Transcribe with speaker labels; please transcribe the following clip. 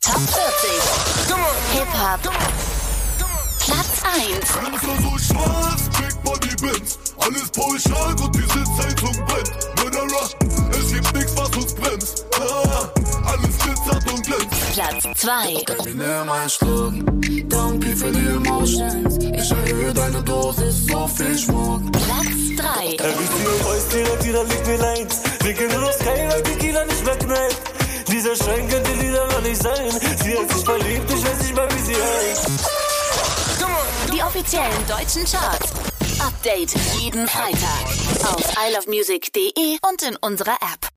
Speaker 1: Top 40. Hip-Hop. Platz 1.
Speaker 2: Fenster so schwarz, kriegt man die Benz. Alles pauschal und diese Zeitung brennt. Mörder rasten, es gibt nichts, was uns bremst. Ah, alles glitzert und glänzt.
Speaker 1: Platz 2.
Speaker 3: Ich nehme einen Schluck, danke für die Emotions. Ich erhöhe deine Dosis, so viel Schmuck.
Speaker 1: Platz 3.
Speaker 4: Erwischt ihr auf Eis, Tira, Tira, liegt mir leid. Wir gehen nur aus Sky, weil Tequila nicht mehr knallt. Dieser Schein könnte Lila noch nicht sein. Sie hat sich verliebt, ich weiß nicht mal, wie sie heißt.
Speaker 1: Die offiziellen deutschen Charts. Update jeden Freitag auf isleofmusic.de und in unserer App.